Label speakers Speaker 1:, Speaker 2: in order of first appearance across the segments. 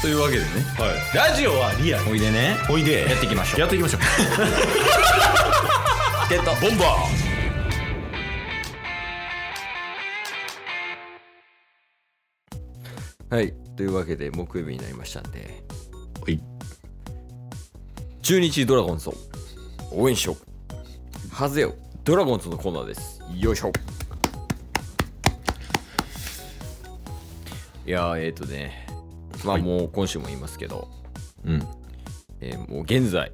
Speaker 1: というわけでね
Speaker 2: はい、ラジオはリアル
Speaker 1: おいでね
Speaker 2: おいで
Speaker 1: やっていきましょう
Speaker 2: やっていきましょう
Speaker 1: ゲット
Speaker 2: ボンバ
Speaker 1: はいというわけで木曜日になりましたんで
Speaker 2: ーはい
Speaker 1: 中日ドラゴンズを応援しようハゼよドラゴンズのコーナーですよいしょいやーえっ、ー、とねまあもう今週も言いますけど、
Speaker 2: うん
Speaker 1: えーもう現在、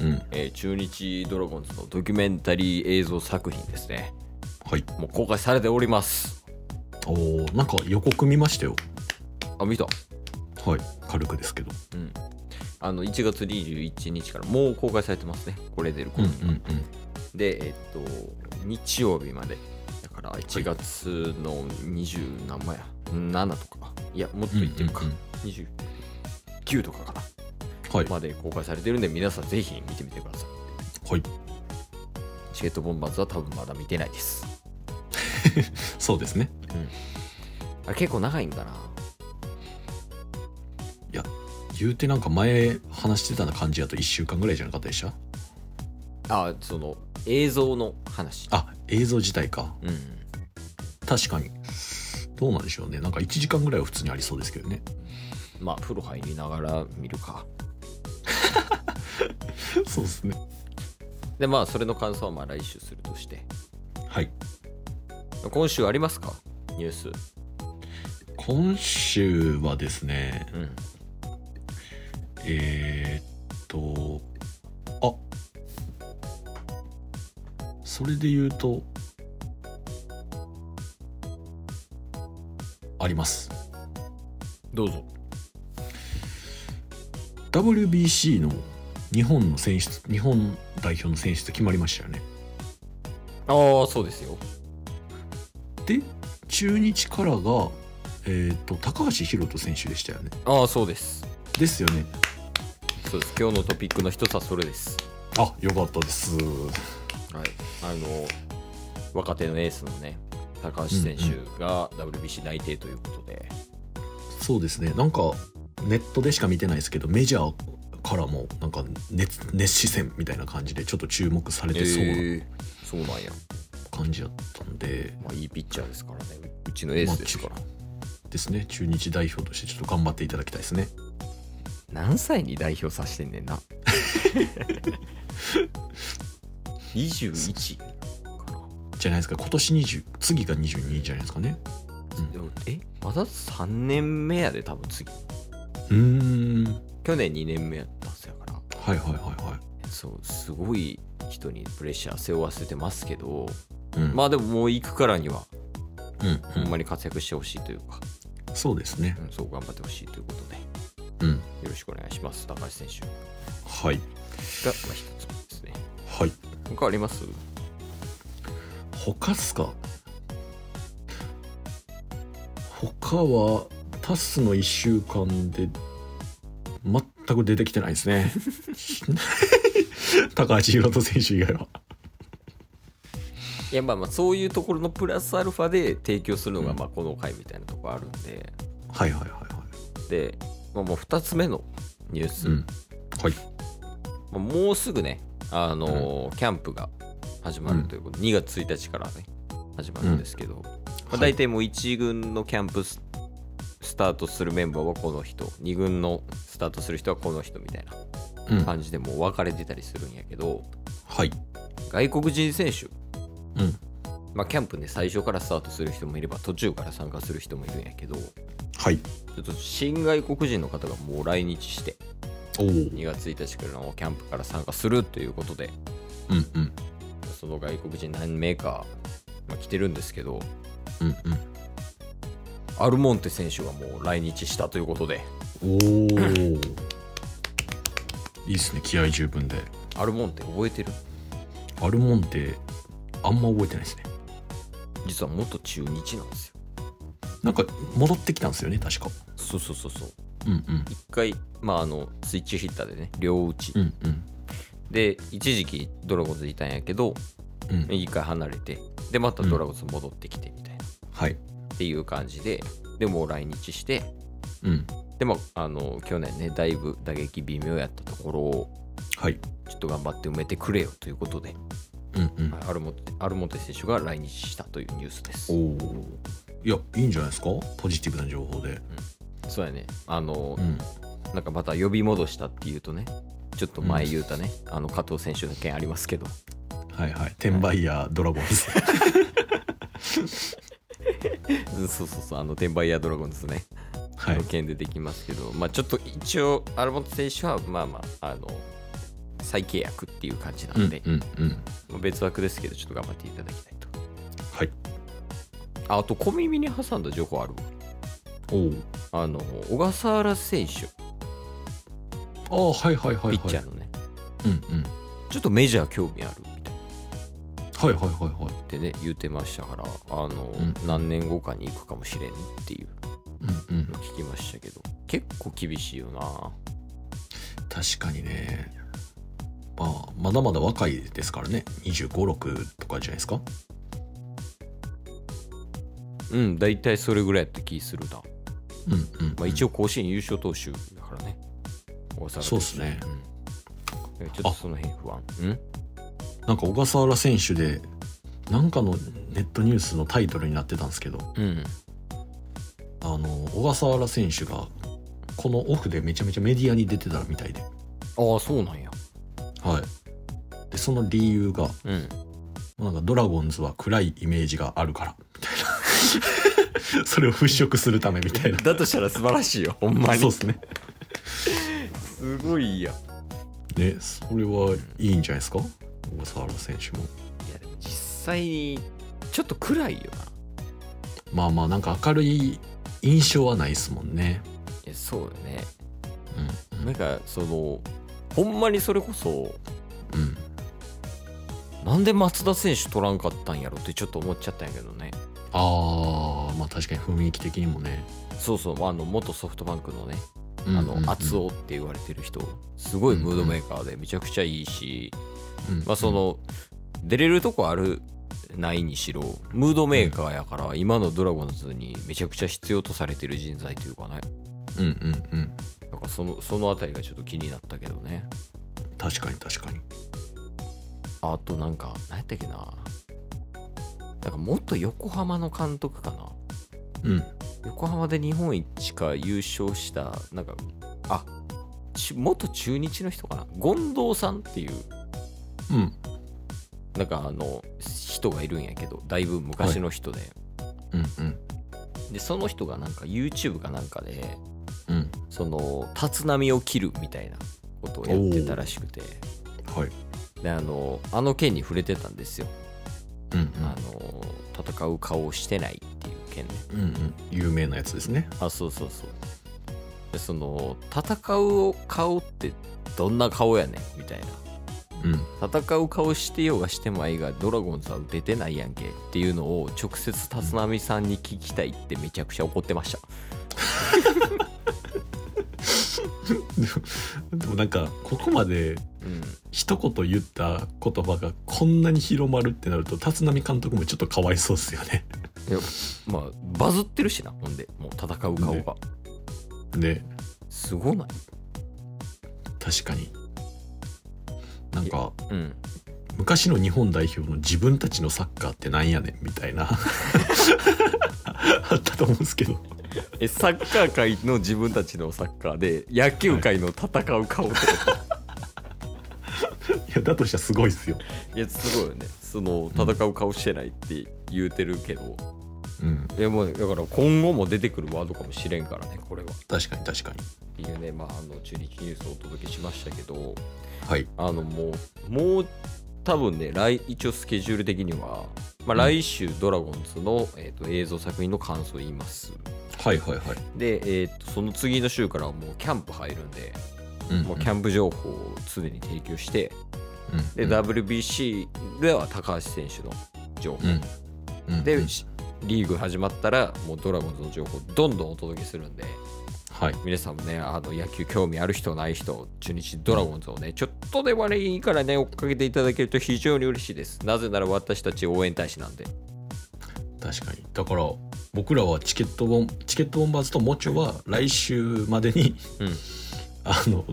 Speaker 2: うん
Speaker 1: えー中日ドラゴンズのドキュメンタリー映像作品ですね
Speaker 2: はい
Speaker 1: もう公開されております
Speaker 2: おーなんか予告見ましたよ
Speaker 1: あ見た
Speaker 2: はい軽くですけど
Speaker 1: うんあの1月21日からもう公開されてますねこれ出る頃には、
Speaker 2: うん
Speaker 1: で、えっと、日曜日まで。だから、1月の20何枚や ?7 とか。いや、もっといってるか
Speaker 2: うんうん。
Speaker 1: 29とかかな。
Speaker 2: はい
Speaker 1: まで公開されてるんで、皆さんぜひ見てみてください。
Speaker 2: はい
Speaker 1: チケットボンバーズは多分まだ見てないです。
Speaker 2: そうですね
Speaker 1: あれ結構長いんかな。
Speaker 2: 言うてなんか前話してたな感じやと1週間ぐらいじゃなかったでした
Speaker 1: あ、その、映像の話。
Speaker 2: あ映像自体か
Speaker 1: うん。
Speaker 2: 確かにどうなんでしょうねなんか1時間ぐらいは普通にありそうですけどね
Speaker 1: まあ、風呂入りながら見るか。
Speaker 2: そうですね
Speaker 1: で、まあ、それの感想はまあ来週するとして。
Speaker 2: はい
Speaker 1: 今週ありますかニュース。
Speaker 2: 今週はですね
Speaker 1: うん。
Speaker 2: えーっとあそれで言うとあります
Speaker 1: どうぞ。
Speaker 2: WBC の日本の選出日本代表の選出決まりましたよね
Speaker 1: ああ、そうですよ。
Speaker 2: で中日からが、えーっと高橋宏斗選手でしたよね
Speaker 1: ああ、そうです。
Speaker 2: ですよね
Speaker 1: そうです。今日のトピックの一つはそれです。
Speaker 2: あよかったです
Speaker 1: はい。あの、若手のエースのね、高橋選手が WBC 内定ということで、
Speaker 2: そうですねなんかネットでしか見てないですけどメジャーからもなんか熱熱視線みたいな感じでちょっと注目されてそうな
Speaker 1: えーそうなんや。
Speaker 2: 感じだったんで、
Speaker 1: まあ、いいピッチャーですからね。うちのエースですから
Speaker 2: ま。あですね中日代表としてちょっと頑張っていただきたいですね
Speaker 1: 何歳に代表させてんねん な。21かな。
Speaker 2: じゃないですか今年20次が22じゃないですかね
Speaker 1: でもえまだ3年目やで、多分次。
Speaker 2: うーんはい
Speaker 1: 去年2年目やったんすやから。
Speaker 2: はいはいは
Speaker 1: そうすごい人にプレッシャー背負わせてますけど、
Speaker 2: い、うん、
Speaker 1: まあでももう行くからには
Speaker 2: うんうん
Speaker 1: ほんまに活躍してほしいというか、
Speaker 2: そうですね
Speaker 1: うんそう頑張ってほしいということでよ
Speaker 2: うん
Speaker 1: ろしくお願いします高橋選手が、
Speaker 2: はい
Speaker 1: まあ、一つ目ですね
Speaker 2: はい
Speaker 1: 他あります
Speaker 2: 他っすか他はタスの1週間で全く出てきてないですね 高橋宏斗選手以外はい
Speaker 1: やまあまあそういうところのプラスアルファで提供するのが
Speaker 2: うん
Speaker 1: まあこの回みたいなところあるんで、
Speaker 2: はいはいはいは
Speaker 1: で、まあ、もう2つ目のニュー
Speaker 2: い
Speaker 1: ス、
Speaker 2: うんはい
Speaker 1: まあもうすぐねあのーキャンプが始まるということ、2月1日からね始まるんですけど、まあ、
Speaker 2: は
Speaker 1: 大
Speaker 2: い
Speaker 1: 体もう1軍のキャンプススタートするメンバーはこの人2軍のスタートする人はこの人みたいな
Speaker 2: うん
Speaker 1: 感じでもう分かれてたりするんやけど
Speaker 2: はい
Speaker 1: 外国人選手、
Speaker 2: うん
Speaker 1: まあ、キャンプね最初からスタートする人もいれば途中から参加する人もいるんやけどち
Speaker 2: はい
Speaker 1: ょっと新外国人の方がもう来日して
Speaker 2: おおうん
Speaker 1: 2月1日からのキャンプから参加するということで
Speaker 2: うん
Speaker 1: その外国人何名か、まあ、来てるんですけど
Speaker 2: うん
Speaker 1: アルモンテ選手がもう来日したということで
Speaker 2: うんおおいいっすね気合十分で
Speaker 1: アルモンテ覚えてる
Speaker 2: アルモンテあんま覚えてないですね
Speaker 1: 実は元中日なんですよ
Speaker 2: なんか戻ってきたんですよね確か
Speaker 1: そうそうそうそう
Speaker 2: うんうん
Speaker 1: 一回まああのスイッチヒッターでね両打ち、
Speaker 2: うんうん
Speaker 1: で一時期ドラゴンズいたんやけど
Speaker 2: うん
Speaker 1: 一回離れてでまたドラゴンズ戻ってきてみたいな、
Speaker 2: はい
Speaker 1: っていう感じででもう来日して
Speaker 2: うん
Speaker 1: ででも、あの、去年ね、だいぶ打撃微妙やったところを、
Speaker 2: はい。
Speaker 1: ちょっと頑張って埋めてくれよということで、
Speaker 2: うんうん。
Speaker 1: アルモテアルモテ選手が来日したというニュースです。
Speaker 2: おお。いや、いいんじゃないですかポジティブな情報で。
Speaker 1: そうやね。あの
Speaker 2: う、ん。
Speaker 1: なんかまた呼び戻したっていうとね、ちょっと前言うたね、あの加藤選手の件ありますけど、
Speaker 2: はいはい。転売ヤードラゴンズ。
Speaker 1: うんそうそうそう、あの、転売ヤードラゴンズね、
Speaker 2: はい
Speaker 1: の。件でできますけど、まあちょっと一応、アルモテ選手は、まあまあ、あの、再契約っていう感じな
Speaker 2: うん
Speaker 1: んで、
Speaker 2: うんうん。
Speaker 1: まあ別枠ですけど、ちょっと頑張っていただきたいと。
Speaker 2: はい。
Speaker 1: ああと、小耳に挟んだ情報ある
Speaker 2: おお。
Speaker 1: あの、小笠原選手、
Speaker 2: ああ、はいはいはいはい。
Speaker 1: ピッチャーのね、
Speaker 2: うんうん。
Speaker 1: ちょっとメジャー興味あるみたいな。
Speaker 2: はいはいはいはい。
Speaker 1: ってね言ってましたからあの、
Speaker 2: うん
Speaker 1: 何年後かに行くかもしれんっていう
Speaker 2: うんうん
Speaker 1: の。聞きましたけど結構厳しいよな
Speaker 2: 確かにね。まあ、まだまだ若いですからね。25、6とかじゃないですか
Speaker 1: うん大体それぐらいやった気するな、
Speaker 2: うんうん。
Speaker 1: まあ、一応甲子園優勝投手だからね大阪
Speaker 2: そうっすね
Speaker 1: うんちょっとその辺不安うん
Speaker 2: なんか小笠原選手で、なんかのネットニュースのタイトルになってたんですけど、
Speaker 1: うん
Speaker 2: あの、小笠原選手が、このオフでめちゃめちゃメディアに出てたみたいで。
Speaker 1: ああそうなんや
Speaker 2: はい。で、その理由が、
Speaker 1: うん
Speaker 2: なんかドラゴンズは暗いイメージがあるから、みたいな。そ れを払拭するためみたいな。
Speaker 1: だとしたら素晴らしいよほんま
Speaker 2: そう
Speaker 1: に
Speaker 2: ですね。
Speaker 1: すごいや
Speaker 2: ね、それはいいんじゃないですか小笠原選手も。
Speaker 1: いやでも実際にちょっと暗いよな
Speaker 2: まあまあなんか明るい印象はないですもんね。
Speaker 1: いやそうよね
Speaker 2: うん
Speaker 1: なんかそのほんまにそれこそ
Speaker 2: うん。
Speaker 1: なんで松田選手取らんかったんやろってちょっと思っちゃったんやけどね
Speaker 2: ああ、まあ確かに雰囲気的にもね。
Speaker 1: そうそうあの元ソフトバンクのね
Speaker 2: うん
Speaker 1: あ
Speaker 2: うんうん
Speaker 1: の厚尾って言われてる人すごいムードメーカーでめちゃくちゃいいし、
Speaker 2: うん
Speaker 1: まあ、その出れるとこあるないにしろムードメーカーやから今のドラゴンズにめちゃくちゃ必要とされてる人材というかね
Speaker 2: うんうんうん。
Speaker 1: なんかそのその辺りがちょっと気になったけどね
Speaker 2: 確かに確かに。
Speaker 1: あとなんか何やったっけななんか元横浜の監督かな
Speaker 2: うん。
Speaker 1: 横浜で日本一か優勝したなんかあち元中日の人かな権藤さんっていう
Speaker 2: うん。
Speaker 1: なんかあの人がいるんやけどだいぶ昔の人で、
Speaker 2: うんうん。
Speaker 1: でその人がなんか YouTube かなんかで
Speaker 2: うん。
Speaker 1: その立浪を切るみたいなことをやってたらしくて
Speaker 2: はい。
Speaker 1: であのあの件に触れてたんですよ、
Speaker 2: うん
Speaker 1: あの戦う顔をしてないっていう件ね
Speaker 2: うん。うんうん。有名なやつですね。
Speaker 1: あそうそうそうでその戦う顔ってどんな顔やねんみたいな
Speaker 2: うん。
Speaker 1: 戦う顔してようがしてまいがドラゴンズは打ててないやんけっていうのを直接立浪さんに聞きたいってめちゃくちゃ怒ってました
Speaker 2: でもなんか、ここま
Speaker 1: う
Speaker 2: で
Speaker 1: ん
Speaker 2: 一言言った言葉がこんなに広まるってなると、立浪監督もちょっとかわいそうですよね。
Speaker 1: まあバズってるしなほんでもう戦う顔
Speaker 2: ね
Speaker 1: が
Speaker 2: ね。
Speaker 1: すごない
Speaker 2: 確かに。なんか、
Speaker 1: うん
Speaker 2: 昔の日本代表の自分たちのサッカーってなんやねんみたいな あったと思うんですけど
Speaker 1: えサッカー界の自分たちのサッカーで野球界の戦う顔ってこと、
Speaker 2: いやだとしたらすごいですよ、
Speaker 1: い、やすごいよねその戦う顔してないって言うてるけど、
Speaker 2: うん、
Speaker 1: いやもうだから今後も出てくるワードかもしれんからねこれはっ
Speaker 2: 確かに確かに
Speaker 1: ていうねまああの中日ニュースをお届けしましたけど
Speaker 2: はい
Speaker 1: あのもう、もう多分ね、来一応スケジュール的には、まあ、
Speaker 2: ん
Speaker 1: 来週、ドラゴンズの、えー、と映像作品の感想を言います。
Speaker 2: はいはいはい、
Speaker 1: で、えーと、その次の週からはもうキャンプ入るんで、
Speaker 2: うん
Speaker 1: もうキャンプ情報を常に提供して、
Speaker 2: う
Speaker 1: で、
Speaker 2: ん
Speaker 1: WBC では高橋選手の情報
Speaker 2: う。んうん
Speaker 1: で、
Speaker 2: うん
Speaker 1: リーグ始まったら、もうドラゴンズの情報、どんどんお届けするんで、
Speaker 2: はい
Speaker 1: 皆さんもね、あの野球興味ある人、ない人、中日ドラゴンズをね、ちょっとでもね、いいからね、追っかけていただけると非常に嬉しいです。なぜなら私たち応援大使なんで。
Speaker 2: 確かにだから僕らはチケットボンチケットボンバーズとモチョは来週までに、
Speaker 1: うん
Speaker 2: あの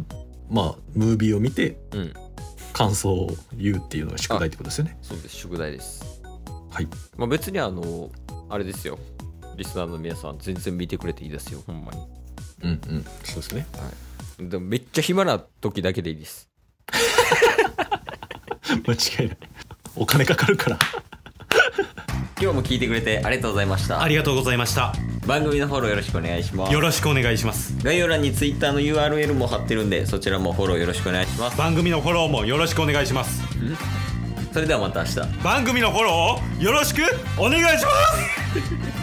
Speaker 2: まあムービーを見て
Speaker 1: うん
Speaker 2: 感想を言うっていうのが宿題ってことですよね
Speaker 1: そうです宿題です
Speaker 2: はい
Speaker 1: まあ別にあのあれですよリスナーの皆さん全然見てくれていいですよほんまに
Speaker 2: うんうんそうですね
Speaker 1: でもめっちゃ暇な時だけでいいです
Speaker 2: 間違いないお金かかるから
Speaker 1: 今日も聞いてくれてありがとうございました
Speaker 3: ありがとうございました
Speaker 1: 番組のフォローよろしくお願いします
Speaker 3: よろしくお願いします
Speaker 1: 概要欄に Twitter の URL も貼ってるんでそちらもフォローよろしくお願いします
Speaker 3: 番組のフォローもよろしくお願いします
Speaker 1: それではまた明日
Speaker 3: 番組のフォローをよろしくお願いします